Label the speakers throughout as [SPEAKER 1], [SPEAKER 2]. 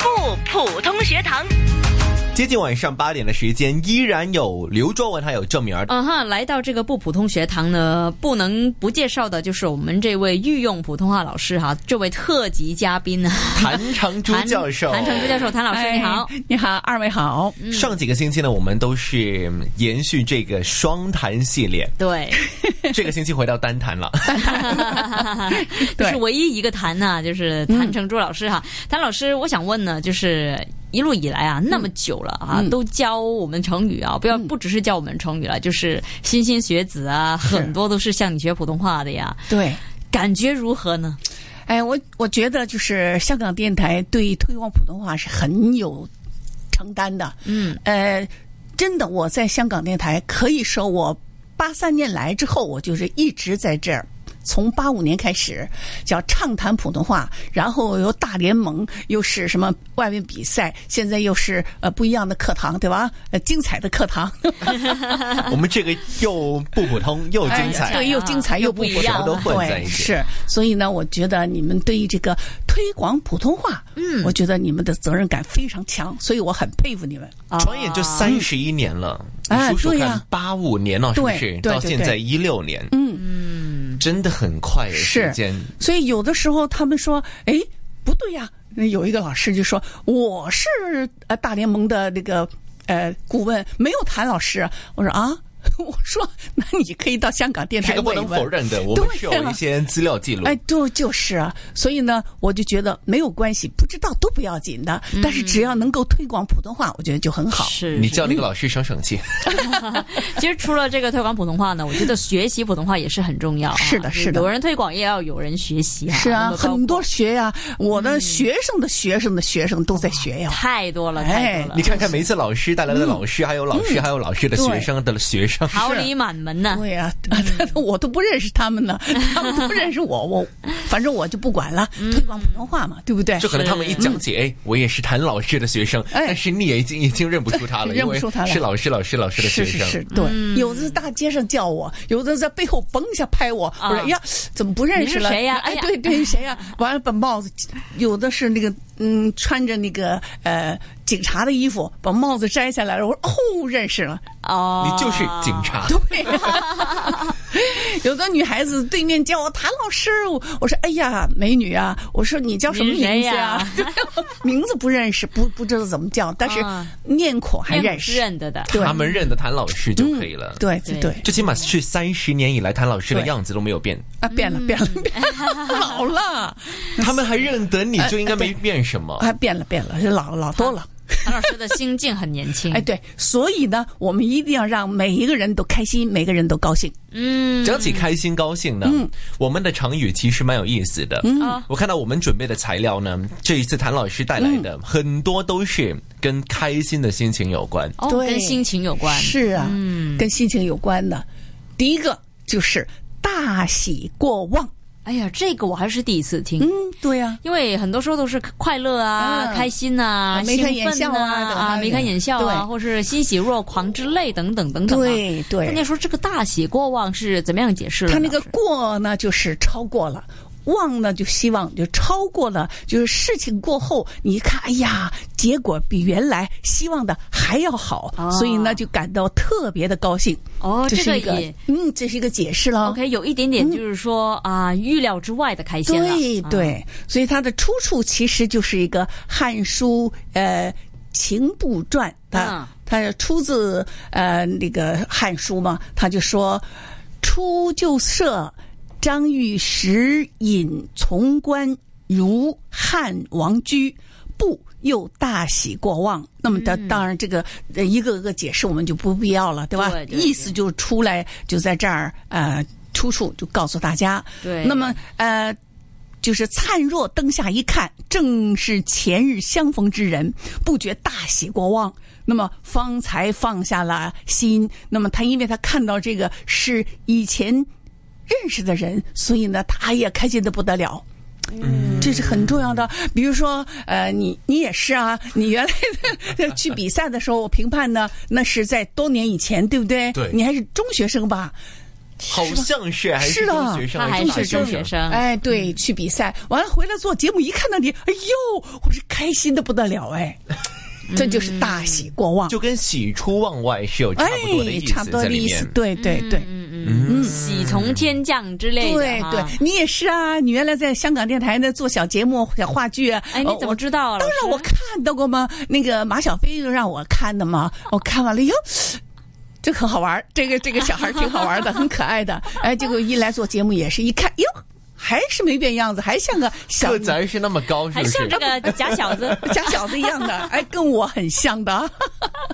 [SPEAKER 1] 普通学堂。
[SPEAKER 2] 接近晚上八点的时间，依然有刘卓文还有郑敏
[SPEAKER 3] 哦
[SPEAKER 2] 儿。
[SPEAKER 4] 嗯哈，来到这个不普通学堂呢，不能不介绍的就是我们这位御用普通话老师哈，这位特级嘉宾呢，
[SPEAKER 2] 谭成珠
[SPEAKER 4] 谭
[SPEAKER 2] 教授，
[SPEAKER 4] 谭成珠教授，谭老师你好。
[SPEAKER 3] 哎，你好，二位好。
[SPEAKER 2] 上几个星期呢，我们都是嗯延续这个双谈系 列，
[SPEAKER 4] 对，
[SPEAKER 2] 这个星期回到单谈了。
[SPEAKER 4] 就是
[SPEAKER 3] 对
[SPEAKER 4] 唯一一个谭呐、就是谭成珠老师哈。谭老师，我想问呢，就是一路以来啊，那么久了啊，
[SPEAKER 3] 嗯
[SPEAKER 4] 都教我们成语啊，不要不只是教我们成语了，就是莘莘学子啊，很多都是向你学普通话的呀，
[SPEAKER 3] 对，
[SPEAKER 4] 感觉如何呢？
[SPEAKER 3] 哎，我我觉得就是香港电台对推广普通话是很有承担的。
[SPEAKER 4] 嗯，
[SPEAKER 3] 呃，真的，我在香港电台可以说，我八三年来之后，我就是一直在这儿。从八五年开始，叫畅谈普通话，然后有大联盟，又是什么外面比赛，现在又是呃不一样的课堂，对吧？呃，精彩的课堂，
[SPEAKER 2] 我们这个又不普通又精
[SPEAKER 4] 哎
[SPEAKER 2] 彩，
[SPEAKER 3] 对，又精彩又
[SPEAKER 4] 不
[SPEAKER 3] 不
[SPEAKER 4] 一
[SPEAKER 3] 普通
[SPEAKER 4] 样
[SPEAKER 2] 都混在一
[SPEAKER 3] 对，
[SPEAKER 2] 起
[SPEAKER 3] 是，所以呢，我觉得你们对于这个推广普通话，嗯，我觉得你们的责任感非常强，所以我很佩服你们。
[SPEAKER 2] 转眼就三十一年了。你
[SPEAKER 3] 哎
[SPEAKER 2] 数数
[SPEAKER 3] 哦对
[SPEAKER 2] 看
[SPEAKER 3] 呀，
[SPEAKER 2] 八五年哦了，是不
[SPEAKER 3] 对
[SPEAKER 2] 是？
[SPEAKER 3] 对
[SPEAKER 2] 到
[SPEAKER 3] 对
[SPEAKER 2] 现
[SPEAKER 3] 对
[SPEAKER 2] 在一六年，
[SPEAKER 3] 嗯，
[SPEAKER 2] 真的很快的时
[SPEAKER 3] 是
[SPEAKER 2] 间。
[SPEAKER 3] 所以有的时候他们说，哎，不对呀、那有一个老师就说我是呃大联盟的那个呃顾问，没有谭老师。我说啊， 我说那你可以到香港电
[SPEAKER 2] 这
[SPEAKER 3] 台
[SPEAKER 2] 个不
[SPEAKER 3] 问一
[SPEAKER 2] 能
[SPEAKER 3] 问
[SPEAKER 2] 否。认的，我们
[SPEAKER 3] 对
[SPEAKER 2] 是有
[SPEAKER 3] 呀
[SPEAKER 2] 一些资料记录。
[SPEAKER 3] 哎，对，就是啊，所以呢，我就觉得没有关系，不知道都不要紧的，但是只要能够推广普通话，我觉得就很好。
[SPEAKER 4] 是
[SPEAKER 2] 你
[SPEAKER 4] 是
[SPEAKER 2] 叫那
[SPEAKER 3] 嗯
[SPEAKER 2] 个老师省省气。
[SPEAKER 4] 其实除了这个推广普通话呢，我觉得学习普通话也是很重要啊、
[SPEAKER 3] 是的是的
[SPEAKER 4] 有人推广也要有人学习、啊。
[SPEAKER 3] 是啊
[SPEAKER 4] 那，么包括
[SPEAKER 3] 很多学呀、我的学生的学生的学生都在学呀、
[SPEAKER 4] 太多了，
[SPEAKER 3] 哎
[SPEAKER 4] 太多了
[SPEAKER 2] 你。看看每一次老师带来的老师，还有老师，还有老师的学
[SPEAKER 3] 嗯对
[SPEAKER 2] 生的学生，
[SPEAKER 4] 桃李满门呐、
[SPEAKER 3] 对呀、 我都不认识他们呢，他们都不认识我，我反正我就不管了，推广普通话嘛，对不对？
[SPEAKER 2] 就可能他们一讲起，哎，我也是谭老师的学生，
[SPEAKER 3] 哎
[SPEAKER 2] 但是你也已经已经认不出他了，
[SPEAKER 3] 认
[SPEAKER 2] 因
[SPEAKER 3] 不
[SPEAKER 2] 为
[SPEAKER 3] 出他了
[SPEAKER 2] 是老师老师老师的学
[SPEAKER 3] 是是
[SPEAKER 2] 生。
[SPEAKER 3] 是，
[SPEAKER 4] 嗯
[SPEAKER 3] 对，有的在大街上叫我，有的在背后嘣一下拍我，我说呀，怎么不认识了？
[SPEAKER 4] 啊你是谁呀哎
[SPEAKER 3] 哎
[SPEAKER 4] 呀，
[SPEAKER 3] 对对，谁 呀？完了把帽子，有的是那个嗯，穿着那个呃警察的衣服，把帽子摘下来了，我说哦，认 识了。
[SPEAKER 4] 哦，
[SPEAKER 2] 你就是警。察，
[SPEAKER 3] 对呀、 有个女孩子对面叫我谭老师，我我说哎呀，美女啊，我说你叫什么
[SPEAKER 4] 你是谁
[SPEAKER 3] 名字呀
[SPEAKER 4] 呀？
[SPEAKER 3] 对 名字不认识，不不知道怎么叫，但是
[SPEAKER 4] 啊
[SPEAKER 3] 面孔还认
[SPEAKER 4] 是
[SPEAKER 3] 识。
[SPEAKER 4] 认得的，
[SPEAKER 3] 对嗯
[SPEAKER 2] 他们认得谭老师就可以了。，
[SPEAKER 3] 对对对，
[SPEAKER 2] 最起码是三十年以来谭老师的
[SPEAKER 3] 对
[SPEAKER 2] 样子都没有变，
[SPEAKER 3] 啊，变了变了变了， 老了，
[SPEAKER 2] 他们还认得你
[SPEAKER 3] 呃
[SPEAKER 2] 就应该没变什么。
[SPEAKER 3] 啊，变了变了，老老多了。
[SPEAKER 4] 谭老师的心境很年轻。
[SPEAKER 3] 哎，对，所以呢，我们一定要让每一个人都开心，每个人都高兴。
[SPEAKER 4] 嗯，
[SPEAKER 2] 讲起开心高兴呢，
[SPEAKER 3] 嗯
[SPEAKER 2] 我们的成语其实蛮有意思的。
[SPEAKER 4] 哦
[SPEAKER 2] 我看到我们准备的材料呢，这一次谭老师带来的
[SPEAKER 3] 嗯
[SPEAKER 2] 很多都是跟开心的心情有关。
[SPEAKER 4] 哦，
[SPEAKER 3] 对
[SPEAKER 4] 跟心情有关。
[SPEAKER 3] 是啊，
[SPEAKER 4] 嗯
[SPEAKER 3] 跟心情有关的。第一个就是大喜过望。
[SPEAKER 4] 哎呀，这个我还是第一次听。
[SPEAKER 3] 嗯，对呀、
[SPEAKER 4] 因为很多时候都是快乐啊、
[SPEAKER 3] 嗯
[SPEAKER 4] 开心啊、
[SPEAKER 3] 啊眉开
[SPEAKER 4] 兴奋
[SPEAKER 3] 眼笑啊
[SPEAKER 4] 啊、
[SPEAKER 3] 等等
[SPEAKER 4] 眉开眼笑啊，
[SPEAKER 3] 对
[SPEAKER 4] 或是欣喜若狂之类等等等等、啊。
[SPEAKER 3] 对对
[SPEAKER 4] 人家说这个大喜过望是怎么样解释了呢？
[SPEAKER 3] 他那个过呢，就是超过了。望呢，就希望就超过了，就是事情过后，你一看，哎呀，结果比原来希望的还要好，
[SPEAKER 4] 哦
[SPEAKER 3] 所以呢，就感到特别的高兴。
[SPEAKER 4] 哦，
[SPEAKER 3] 这
[SPEAKER 4] 这
[SPEAKER 3] 是
[SPEAKER 4] 个
[SPEAKER 3] 一个
[SPEAKER 4] 也，
[SPEAKER 3] 嗯，这是一个解释了。
[SPEAKER 4] OK，有一点点就是说啊，预料之外的开心了。
[SPEAKER 3] 嗯对
[SPEAKER 4] 啊，
[SPEAKER 3] 对，所以它的出处其实就是一个《汉书》呃《秦部传》
[SPEAKER 4] 嗯
[SPEAKER 3] 它它出自呃那个《汉书》嘛，他就说：“出就舍，张玉石引从官如汉王居。”不又大喜过望，那么
[SPEAKER 4] 嗯
[SPEAKER 3] 当当然这个呃一个个解释我们就不必要了，对吧？
[SPEAKER 4] 对对
[SPEAKER 3] 意思就出来就在这儿呃出处就告诉大家，
[SPEAKER 4] 对
[SPEAKER 3] 那么呃，就是灿若灯下一看，正是前日相逢之人，不觉大喜过望。那么方才放下了心。那么他因为他看到这个是以前认识的人，所以呢，他也开心的不得了。嗯，这是很重要的。比如说，呃，你你也是啊，你原来去比赛的时候评判呢，那是在多年以前，对不对？
[SPEAKER 2] 对
[SPEAKER 3] 哦你还是中学生吧？
[SPEAKER 2] 好像是还是
[SPEAKER 3] 是的
[SPEAKER 2] 中学生，
[SPEAKER 4] 他还是中学
[SPEAKER 2] 嗯
[SPEAKER 4] 生，
[SPEAKER 3] 哎，对，去比赛完了回来做节目，一看到你，哎呦，我是开心的不得了哎，这就是大喜过望，
[SPEAKER 2] 嗯就跟喜出望外是有差
[SPEAKER 3] 哎
[SPEAKER 2] 不多的意，
[SPEAKER 3] 差
[SPEAKER 2] 思
[SPEAKER 3] 不多
[SPEAKER 2] 在
[SPEAKER 3] 的
[SPEAKER 2] 里
[SPEAKER 3] 意
[SPEAKER 2] 面
[SPEAKER 3] 思。，对对对。
[SPEAKER 2] 嗯，
[SPEAKER 4] 喜从天降之类的
[SPEAKER 2] 哎
[SPEAKER 3] 对
[SPEAKER 4] 哈。
[SPEAKER 3] 对，你也是啊！你原来在香港电台呢做小节目、小话剧啊。
[SPEAKER 4] 哎，
[SPEAKER 3] 呃
[SPEAKER 4] 你怎么
[SPEAKER 3] 我
[SPEAKER 4] 知道啊？
[SPEAKER 3] 当然
[SPEAKER 4] 老
[SPEAKER 3] 我
[SPEAKER 4] 师
[SPEAKER 3] 看到过嘛，那个马小飞就让我看的嘛，我看完了哟。这很好玩儿这个这个小孩儿挺好玩 儿的，很可爱的。哎，结果一来做节目也是一看，哟，还是没变样子，还像个小
[SPEAKER 2] 个子 还是那么高，是
[SPEAKER 4] 还
[SPEAKER 2] 不
[SPEAKER 4] 像
[SPEAKER 2] 是
[SPEAKER 4] 这？个假小子。
[SPEAKER 3] 假小子一样的，哎，跟我很像的，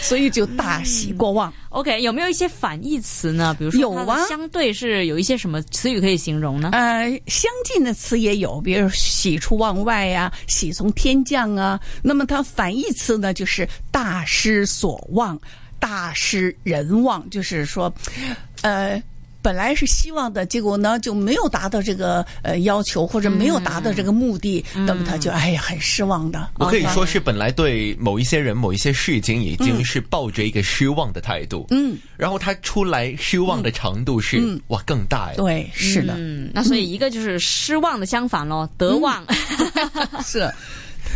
[SPEAKER 3] 所以就大喜过望。
[SPEAKER 4] OK，有没有一些反义词呢？比如说，
[SPEAKER 3] 有啊
[SPEAKER 4] 相对是有一些什么词语可以形容呢？
[SPEAKER 3] 呃，相近的词也有，比如喜出望外呀、喜从天降啊。那么它反义词呢，就是大失所望、大失人望，就是说，呃。本来是希望的，结果呢就没有达到这个呃要求，或者没有达到这个目的，
[SPEAKER 2] 嗯
[SPEAKER 3] 那么他就哎呀很失望的。
[SPEAKER 2] 我可以说是本来对某一些人、某一些事情已经是抱着一个失望的态度，
[SPEAKER 3] 嗯，
[SPEAKER 2] 然后他出来失望的长度是、哇更大呀。
[SPEAKER 3] 对，是的，
[SPEAKER 4] 嗯，那所以一个就是失望的相反咯，德望。
[SPEAKER 3] 是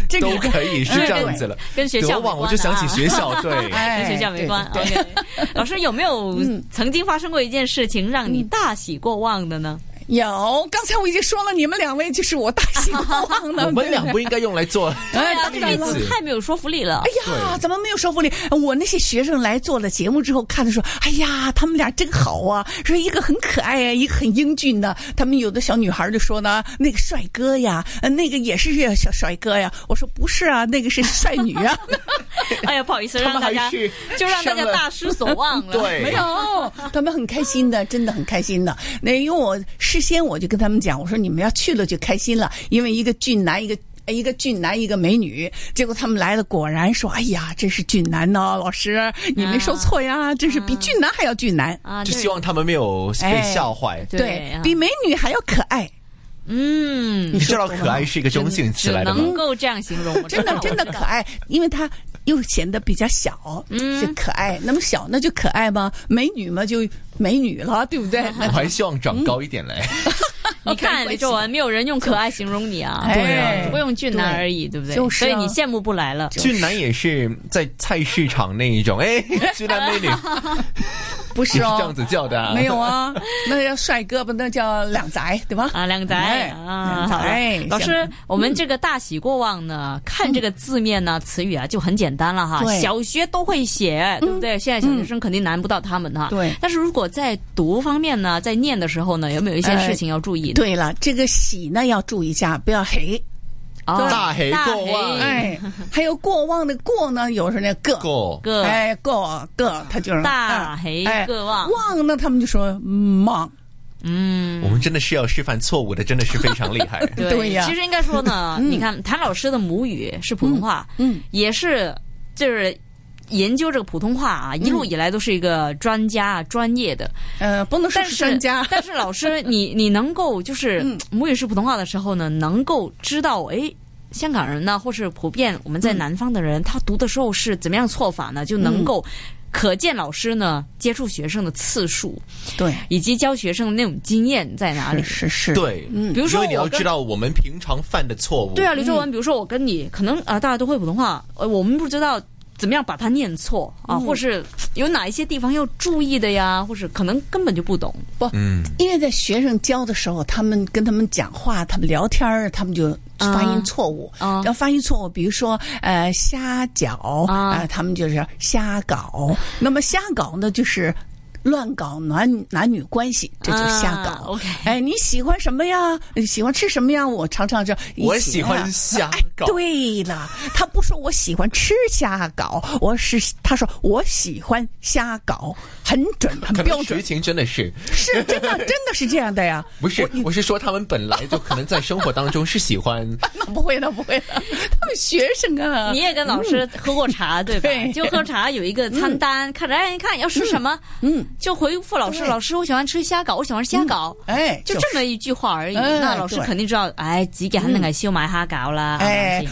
[SPEAKER 3] 这个
[SPEAKER 2] 嗯都可 以是这样子了，
[SPEAKER 4] 跟跟学校
[SPEAKER 2] 德望
[SPEAKER 4] 没关
[SPEAKER 2] 我就想起
[SPEAKER 4] 的啊
[SPEAKER 2] 学校，对，
[SPEAKER 3] 哎
[SPEAKER 4] 跟学校没关。
[SPEAKER 3] 对
[SPEAKER 4] OK，老师有没有曾经发生过一件事情让你大喜过望的呢？
[SPEAKER 3] 有，刚才我已经说了，你们两位就是我大喜过望的。
[SPEAKER 2] 我们俩
[SPEAKER 3] 对
[SPEAKER 2] 不应该用来 做
[SPEAKER 3] 哎，
[SPEAKER 4] 啊，
[SPEAKER 3] 当
[SPEAKER 4] 这
[SPEAKER 3] 然
[SPEAKER 4] 个
[SPEAKER 3] 了。
[SPEAKER 4] 太没有说服力了。
[SPEAKER 3] 哎呀，怎么没有说服力？我那些学生来做了节目之后，看的说，哎呀，他们俩真好啊，说一个很可爱呀，一个很英俊的。他们有的小女孩就说呢，那个帅哥呀，呃那个也是小帅哥呀。我说不是啊，那个是帅女啊，
[SPEAKER 4] 哎呀，不好意思，
[SPEAKER 2] 他
[SPEAKER 4] 让
[SPEAKER 2] 们
[SPEAKER 4] 大
[SPEAKER 2] 还
[SPEAKER 4] 家
[SPEAKER 2] 是
[SPEAKER 4] 就让大家
[SPEAKER 2] 上了
[SPEAKER 4] 大失所望了。
[SPEAKER 2] 对
[SPEAKER 3] 没 有，他们很开心的，真的很开心的。那因为我事先我就跟他们讲，我说你们要去了就开心了，因为一个俊男，一个。呃一个俊男，一个美女，结果他们来了，果然说：“哎呀，真是俊男呐、老师，你没说错呀，真是比俊男还要俊男，
[SPEAKER 4] 啊，
[SPEAKER 2] 就
[SPEAKER 4] 对
[SPEAKER 2] 希望他们没有被
[SPEAKER 3] 哎
[SPEAKER 2] 吓坏。
[SPEAKER 4] 对啊
[SPEAKER 3] 比美女还要可 爱。
[SPEAKER 4] 嗯，
[SPEAKER 2] 你知道可爱是一个中性词
[SPEAKER 4] 只
[SPEAKER 2] 来的吗？
[SPEAKER 4] 能够这样形容，我
[SPEAKER 3] 真的
[SPEAKER 4] 知道
[SPEAKER 3] 真的可。爱，因为它又显得比较小，
[SPEAKER 4] 嗯
[SPEAKER 3] 就可爱。那么小那就可爱吧，美女嘛就美女了，对不 对？
[SPEAKER 2] 我还希望长高一点嘞。
[SPEAKER 4] 嗯你看李周文，没有人用可爱形容你啊，
[SPEAKER 3] 哎
[SPEAKER 4] 对啊，不用俊男
[SPEAKER 3] 对
[SPEAKER 4] 而已，对不对？
[SPEAKER 3] 就是
[SPEAKER 4] 所
[SPEAKER 3] 啊
[SPEAKER 4] 以你羡慕不来了。
[SPEAKER 2] 俊男也是在菜市场那一种，哎， 俊男美 女，
[SPEAKER 3] 不
[SPEAKER 2] 你是
[SPEAKER 3] 是
[SPEAKER 2] 这
[SPEAKER 3] 哦，
[SPEAKER 2] 样子叫的、啊？
[SPEAKER 3] 没有。 啊，那叫帅哥吧，那叫两宅，对吧？
[SPEAKER 4] 啊，靓仔
[SPEAKER 3] 哎
[SPEAKER 4] 啊，好
[SPEAKER 3] 靓仔
[SPEAKER 4] 了
[SPEAKER 3] 哎嗯
[SPEAKER 4] 老师，我们这个大喜过望呢，看这个字面呢，词语啊就很简单了哈，
[SPEAKER 3] 对嗯
[SPEAKER 4] 小学都会写，对不对？现在小学生肯定难不到他们哈。
[SPEAKER 3] 对
[SPEAKER 4] 但是如果在读方面呢，在念的时候呢，有没有一些
[SPEAKER 3] 呃
[SPEAKER 4] 事情要注意呢？
[SPEAKER 3] 对了，这个喜呢要注意一下，不要黑。
[SPEAKER 4] 哦
[SPEAKER 2] 大黑过望
[SPEAKER 3] 哎，还有过望的过呢，有时候那个
[SPEAKER 2] 够，
[SPEAKER 4] 个
[SPEAKER 3] 哎过个，他就是
[SPEAKER 4] 大黑
[SPEAKER 3] 哎
[SPEAKER 4] 个望
[SPEAKER 3] 望呢，他们就说嗯望，
[SPEAKER 4] 嗯。
[SPEAKER 2] 我们真的是要示范错误的，真的是非常厉 害。
[SPEAKER 3] 对呀
[SPEAKER 4] 其实应该说呢，你看谭老师的母语是普通话，
[SPEAKER 3] 嗯嗯
[SPEAKER 4] 也是就是研究这个普通话啊，一路以来都是一个专家、啊专业的。
[SPEAKER 3] 呃，不能说
[SPEAKER 4] 但是
[SPEAKER 3] 专家
[SPEAKER 4] ，
[SPEAKER 3] 嗯
[SPEAKER 4] 但是老师， 你你能够就是母语是普通话的时候呢，能够知道诶，香港人呢，或是普遍我们在南方的人，他读的时候是怎么样错法
[SPEAKER 3] 嗯
[SPEAKER 4] 呢？就能够可见老师呢接触学生的次数，
[SPEAKER 3] 对，
[SPEAKER 4] 以及教学生的那种经验在哪里。
[SPEAKER 3] 是是，
[SPEAKER 2] 对，
[SPEAKER 4] 嗯比如说
[SPEAKER 2] 因为你
[SPEAKER 4] 我
[SPEAKER 2] 要
[SPEAKER 4] 跟
[SPEAKER 2] 知道我们平常犯的错误。
[SPEAKER 4] 对啊，李周文，比如说我跟你，可能啊、呃大家都会普通话，呃，我们不知道怎么样把它念错啊，
[SPEAKER 3] 嗯
[SPEAKER 4] 或是有哪一些地方要注意的呀，或是可能根本就不懂。
[SPEAKER 3] 不，
[SPEAKER 2] 嗯
[SPEAKER 3] 因为在学生教的时候，他们跟他们讲话，他们聊天儿，他们就发音错误。
[SPEAKER 4] 啊
[SPEAKER 3] 然后发音错误，比如说呃瞎搅
[SPEAKER 4] 啊
[SPEAKER 3] 啊、呃他们就是瞎搞。那么瞎搞呢，就是。乱搞男女男女关系，这就是瞎搞。
[SPEAKER 4] 啊，OK
[SPEAKER 3] 哎，你喜欢什么呀？你喜欢吃什么呀？我常常就一
[SPEAKER 2] 我
[SPEAKER 3] 起
[SPEAKER 2] 喜
[SPEAKER 3] 啊
[SPEAKER 2] 欢瞎搞。
[SPEAKER 3] 对了，他不说我喜欢吃虾饺，我是他说我喜欢虾饺，很准，很
[SPEAKER 2] 可
[SPEAKER 3] 标
[SPEAKER 2] 能
[SPEAKER 3] 准
[SPEAKER 2] 实，情真的是
[SPEAKER 3] 是真 的，真的是这样的呀。
[SPEAKER 2] 不是？我是说他们本来就可能在生活当中是喜 欢
[SPEAKER 3] 那不会的，不会的，他们学生啊
[SPEAKER 4] 你，也跟老师喝过茶、对吧？
[SPEAKER 3] 对嗯
[SPEAKER 4] 就喝茶有一个餐单，看着哎，你看要吃什么，嗯，就回复老师，
[SPEAKER 3] 对
[SPEAKER 4] 老师我喜欢吃虾饺，我喜欢吃虾饺。
[SPEAKER 3] 哎，
[SPEAKER 4] 就这么一句话而已，
[SPEAKER 3] 哎
[SPEAKER 4] 那老师
[SPEAKER 3] 对
[SPEAKER 4] 肯定知道，哎，几个人能够修买虾饺啦？
[SPEAKER 3] 哎
[SPEAKER 4] 啊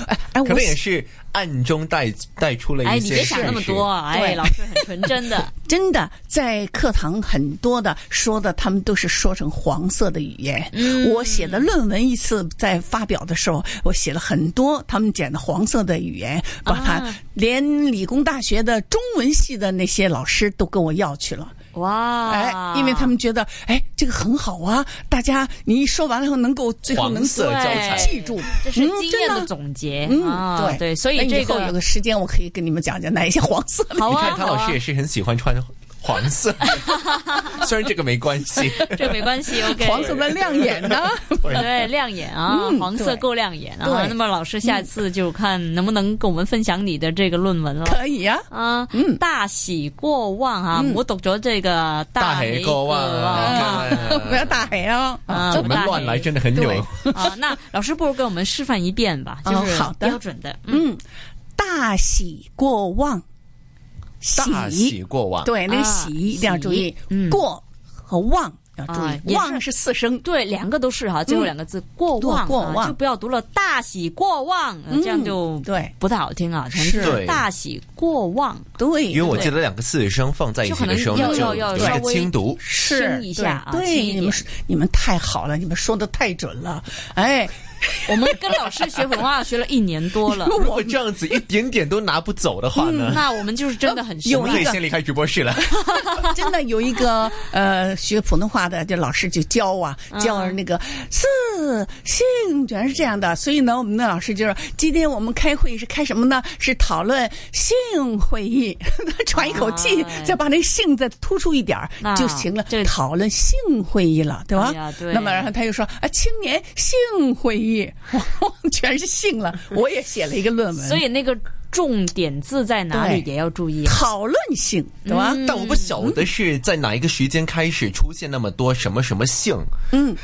[SPEAKER 3] 哎哎，
[SPEAKER 2] 可
[SPEAKER 3] 我
[SPEAKER 2] 能也是暗中带带出了
[SPEAKER 4] 哎，
[SPEAKER 2] 一
[SPEAKER 4] 你
[SPEAKER 2] 些。
[SPEAKER 4] 别想那么多，。哎，
[SPEAKER 3] 对
[SPEAKER 4] 老师很纯真的。
[SPEAKER 3] 真的在课堂很多的说的，他们都是说成黄色的语言。
[SPEAKER 4] 嗯
[SPEAKER 3] 我写的论文一次在发表的时候，我写了很多他们讲的黄色的语言，把它
[SPEAKER 4] 啊
[SPEAKER 3] 连理工大学的中文系的那些老师都跟我要去了。
[SPEAKER 4] 哇，
[SPEAKER 3] 哎，因为他们觉得，哎，这个很好啊，大家你一说完了以后，能够最后能
[SPEAKER 2] 黄色教材
[SPEAKER 4] 对
[SPEAKER 3] 记住，
[SPEAKER 4] 这是
[SPEAKER 3] 嗯
[SPEAKER 4] 经
[SPEAKER 3] 真
[SPEAKER 4] 验
[SPEAKER 3] 的
[SPEAKER 4] 的总结
[SPEAKER 3] 嗯，
[SPEAKER 4] 啊，
[SPEAKER 3] 对
[SPEAKER 4] 对，所
[SPEAKER 3] 哎
[SPEAKER 4] 以这
[SPEAKER 3] 以后有
[SPEAKER 4] 个
[SPEAKER 3] 个时间，我可以跟你们讲讲哪一些黄色的。
[SPEAKER 4] 好
[SPEAKER 2] 你
[SPEAKER 4] 啊，
[SPEAKER 2] 看，唐
[SPEAKER 4] 好
[SPEAKER 2] 老
[SPEAKER 4] 啊
[SPEAKER 2] 师也，是很喜欢穿黄 色，虽然这个没关系。
[SPEAKER 4] 这没关系，OK，
[SPEAKER 3] 黄色的亮眼呢？
[SPEAKER 4] 对，亮眼啊，
[SPEAKER 3] 嗯
[SPEAKER 4] 黄色
[SPEAKER 3] 对
[SPEAKER 4] 够亮眼啊。
[SPEAKER 3] 对
[SPEAKER 4] 那么老师下次就看能不能跟我们分享你的这个论文了。
[SPEAKER 3] 可以呀、
[SPEAKER 4] 啊，大喜过望啊！
[SPEAKER 3] 嗯
[SPEAKER 4] 我读咗这个
[SPEAKER 2] 大
[SPEAKER 4] 喜
[SPEAKER 2] 喜过望
[SPEAKER 4] 啊
[SPEAKER 2] 啊！看
[SPEAKER 3] 不要打黑 啊！
[SPEAKER 4] 啊，
[SPEAKER 2] 我们
[SPEAKER 4] 大
[SPEAKER 2] 乱
[SPEAKER 4] 喜
[SPEAKER 2] 来真的很有
[SPEAKER 3] 对
[SPEAKER 4] 啊。那老师不如给我们示范一遍吧，就
[SPEAKER 3] 哦
[SPEAKER 4] 是
[SPEAKER 3] 好的
[SPEAKER 4] 标准的，嗯，
[SPEAKER 3] 嗯，大喜过望，
[SPEAKER 2] 大喜过望。
[SPEAKER 3] 对那
[SPEAKER 4] 啊
[SPEAKER 3] 个喜一定要注意
[SPEAKER 4] 喜嗯，
[SPEAKER 3] 过和望要注
[SPEAKER 4] 啊也是
[SPEAKER 3] 意，望是四声。
[SPEAKER 4] 对，两个都是哈，最后两个字过望
[SPEAKER 3] 嗯过
[SPEAKER 4] 啊，
[SPEAKER 3] 望
[SPEAKER 4] 就不要读了大喜过望，呃
[SPEAKER 3] 嗯
[SPEAKER 4] 这样就
[SPEAKER 3] 对
[SPEAKER 4] 不太好听啊，全
[SPEAKER 3] 是
[SPEAKER 2] 对
[SPEAKER 4] 大喜过望。
[SPEAKER 3] 对，
[SPEAKER 2] 因为我记得两个四声放在一起的时候呢，
[SPEAKER 4] 就
[SPEAKER 2] 就
[SPEAKER 4] 可能要
[SPEAKER 2] 有
[SPEAKER 4] 要要
[SPEAKER 2] 一
[SPEAKER 4] 稍
[SPEAKER 2] 个
[SPEAKER 4] 微
[SPEAKER 2] 轻读。
[SPEAKER 3] 是
[SPEAKER 4] 听一下啊
[SPEAKER 3] 对
[SPEAKER 4] 听一
[SPEAKER 3] 对
[SPEAKER 4] 点
[SPEAKER 3] 你们你们太好了，你们说的太准了，哎，
[SPEAKER 4] 我们跟老师学普通话学了一年多 了，
[SPEAKER 2] 如果这样子一点点都拿不走的话呢，
[SPEAKER 4] 嗯那我们就是真的很
[SPEAKER 2] 我
[SPEAKER 4] 熟
[SPEAKER 2] 们
[SPEAKER 4] 了
[SPEAKER 2] 可以先离开直播室了。
[SPEAKER 3] 真的有一个呃学普通话的，这老师就教啊，
[SPEAKER 4] 嗯
[SPEAKER 3] 教那个是性全是这样的，所以呢，我们的老师就是今天我们开会是开什么呢？是讨论性会议， 喘一口气
[SPEAKER 4] 哎，
[SPEAKER 3] 再把那性再突出一点儿
[SPEAKER 4] 那
[SPEAKER 3] 就行了
[SPEAKER 4] 这，
[SPEAKER 3] 讨论性会议了，对吧
[SPEAKER 4] 啊哎呀？对
[SPEAKER 3] 那么然后他就说啊，青年性会议， 全是 性了，我也写了一个论文，
[SPEAKER 4] 所以那个重点字在哪里
[SPEAKER 3] 对
[SPEAKER 4] 也要注意啊。
[SPEAKER 3] 讨论性，对吧？
[SPEAKER 2] 啊
[SPEAKER 4] 嗯
[SPEAKER 2] 但我不晓得是在哪一个时间开始出现那么多什么什么姓，
[SPEAKER 3] 嗯，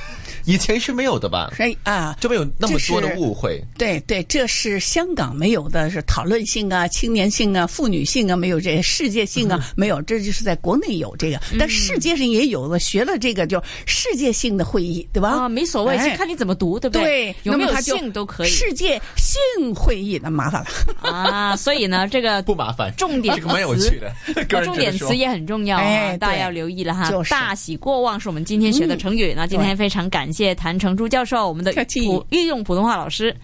[SPEAKER 2] 以前是没有的吧？
[SPEAKER 3] 所以啊，
[SPEAKER 2] 就没有那么多的
[SPEAKER 3] 这是
[SPEAKER 2] 误会。
[SPEAKER 3] 对对，这是香港没有的，是讨论性啊、青年性啊、妇女性啊，没有这些世界性啊，
[SPEAKER 4] 嗯
[SPEAKER 3] 没有，这就是在国内有这个，但世界上也有了，学了这个就世界性的会议，对吧？
[SPEAKER 4] 啊，没所谓，
[SPEAKER 3] 哎
[SPEAKER 4] 就看你怎么读，对不
[SPEAKER 3] 对，
[SPEAKER 4] 有没有
[SPEAKER 3] 那么它就
[SPEAKER 4] 姓都可以
[SPEAKER 3] 世界性会议那麻烦了，
[SPEAKER 4] 啊。所以 呢，这个
[SPEAKER 2] 不麻烦，
[SPEAKER 4] 重点哦
[SPEAKER 2] 这个蛮有趣的。个人
[SPEAKER 4] 重
[SPEAKER 2] 觉得
[SPEAKER 4] 点
[SPEAKER 2] 说
[SPEAKER 4] 词也很重要
[SPEAKER 3] 哎
[SPEAKER 4] 啊，
[SPEAKER 3] 对
[SPEAKER 4] 大家要留意了哈
[SPEAKER 3] 就。是
[SPEAKER 4] 大喜过望是我们今天学的成语。那今天非常感谢谭成珠教授，我们的
[SPEAKER 3] 嗯客气
[SPEAKER 4] 普御用普通话老师，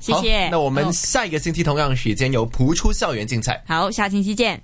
[SPEAKER 4] 谢
[SPEAKER 2] 好
[SPEAKER 4] 谢
[SPEAKER 2] 那。我们下一个星期同样时间由《蒲出校园》竞赛。
[SPEAKER 4] 好，下星期见。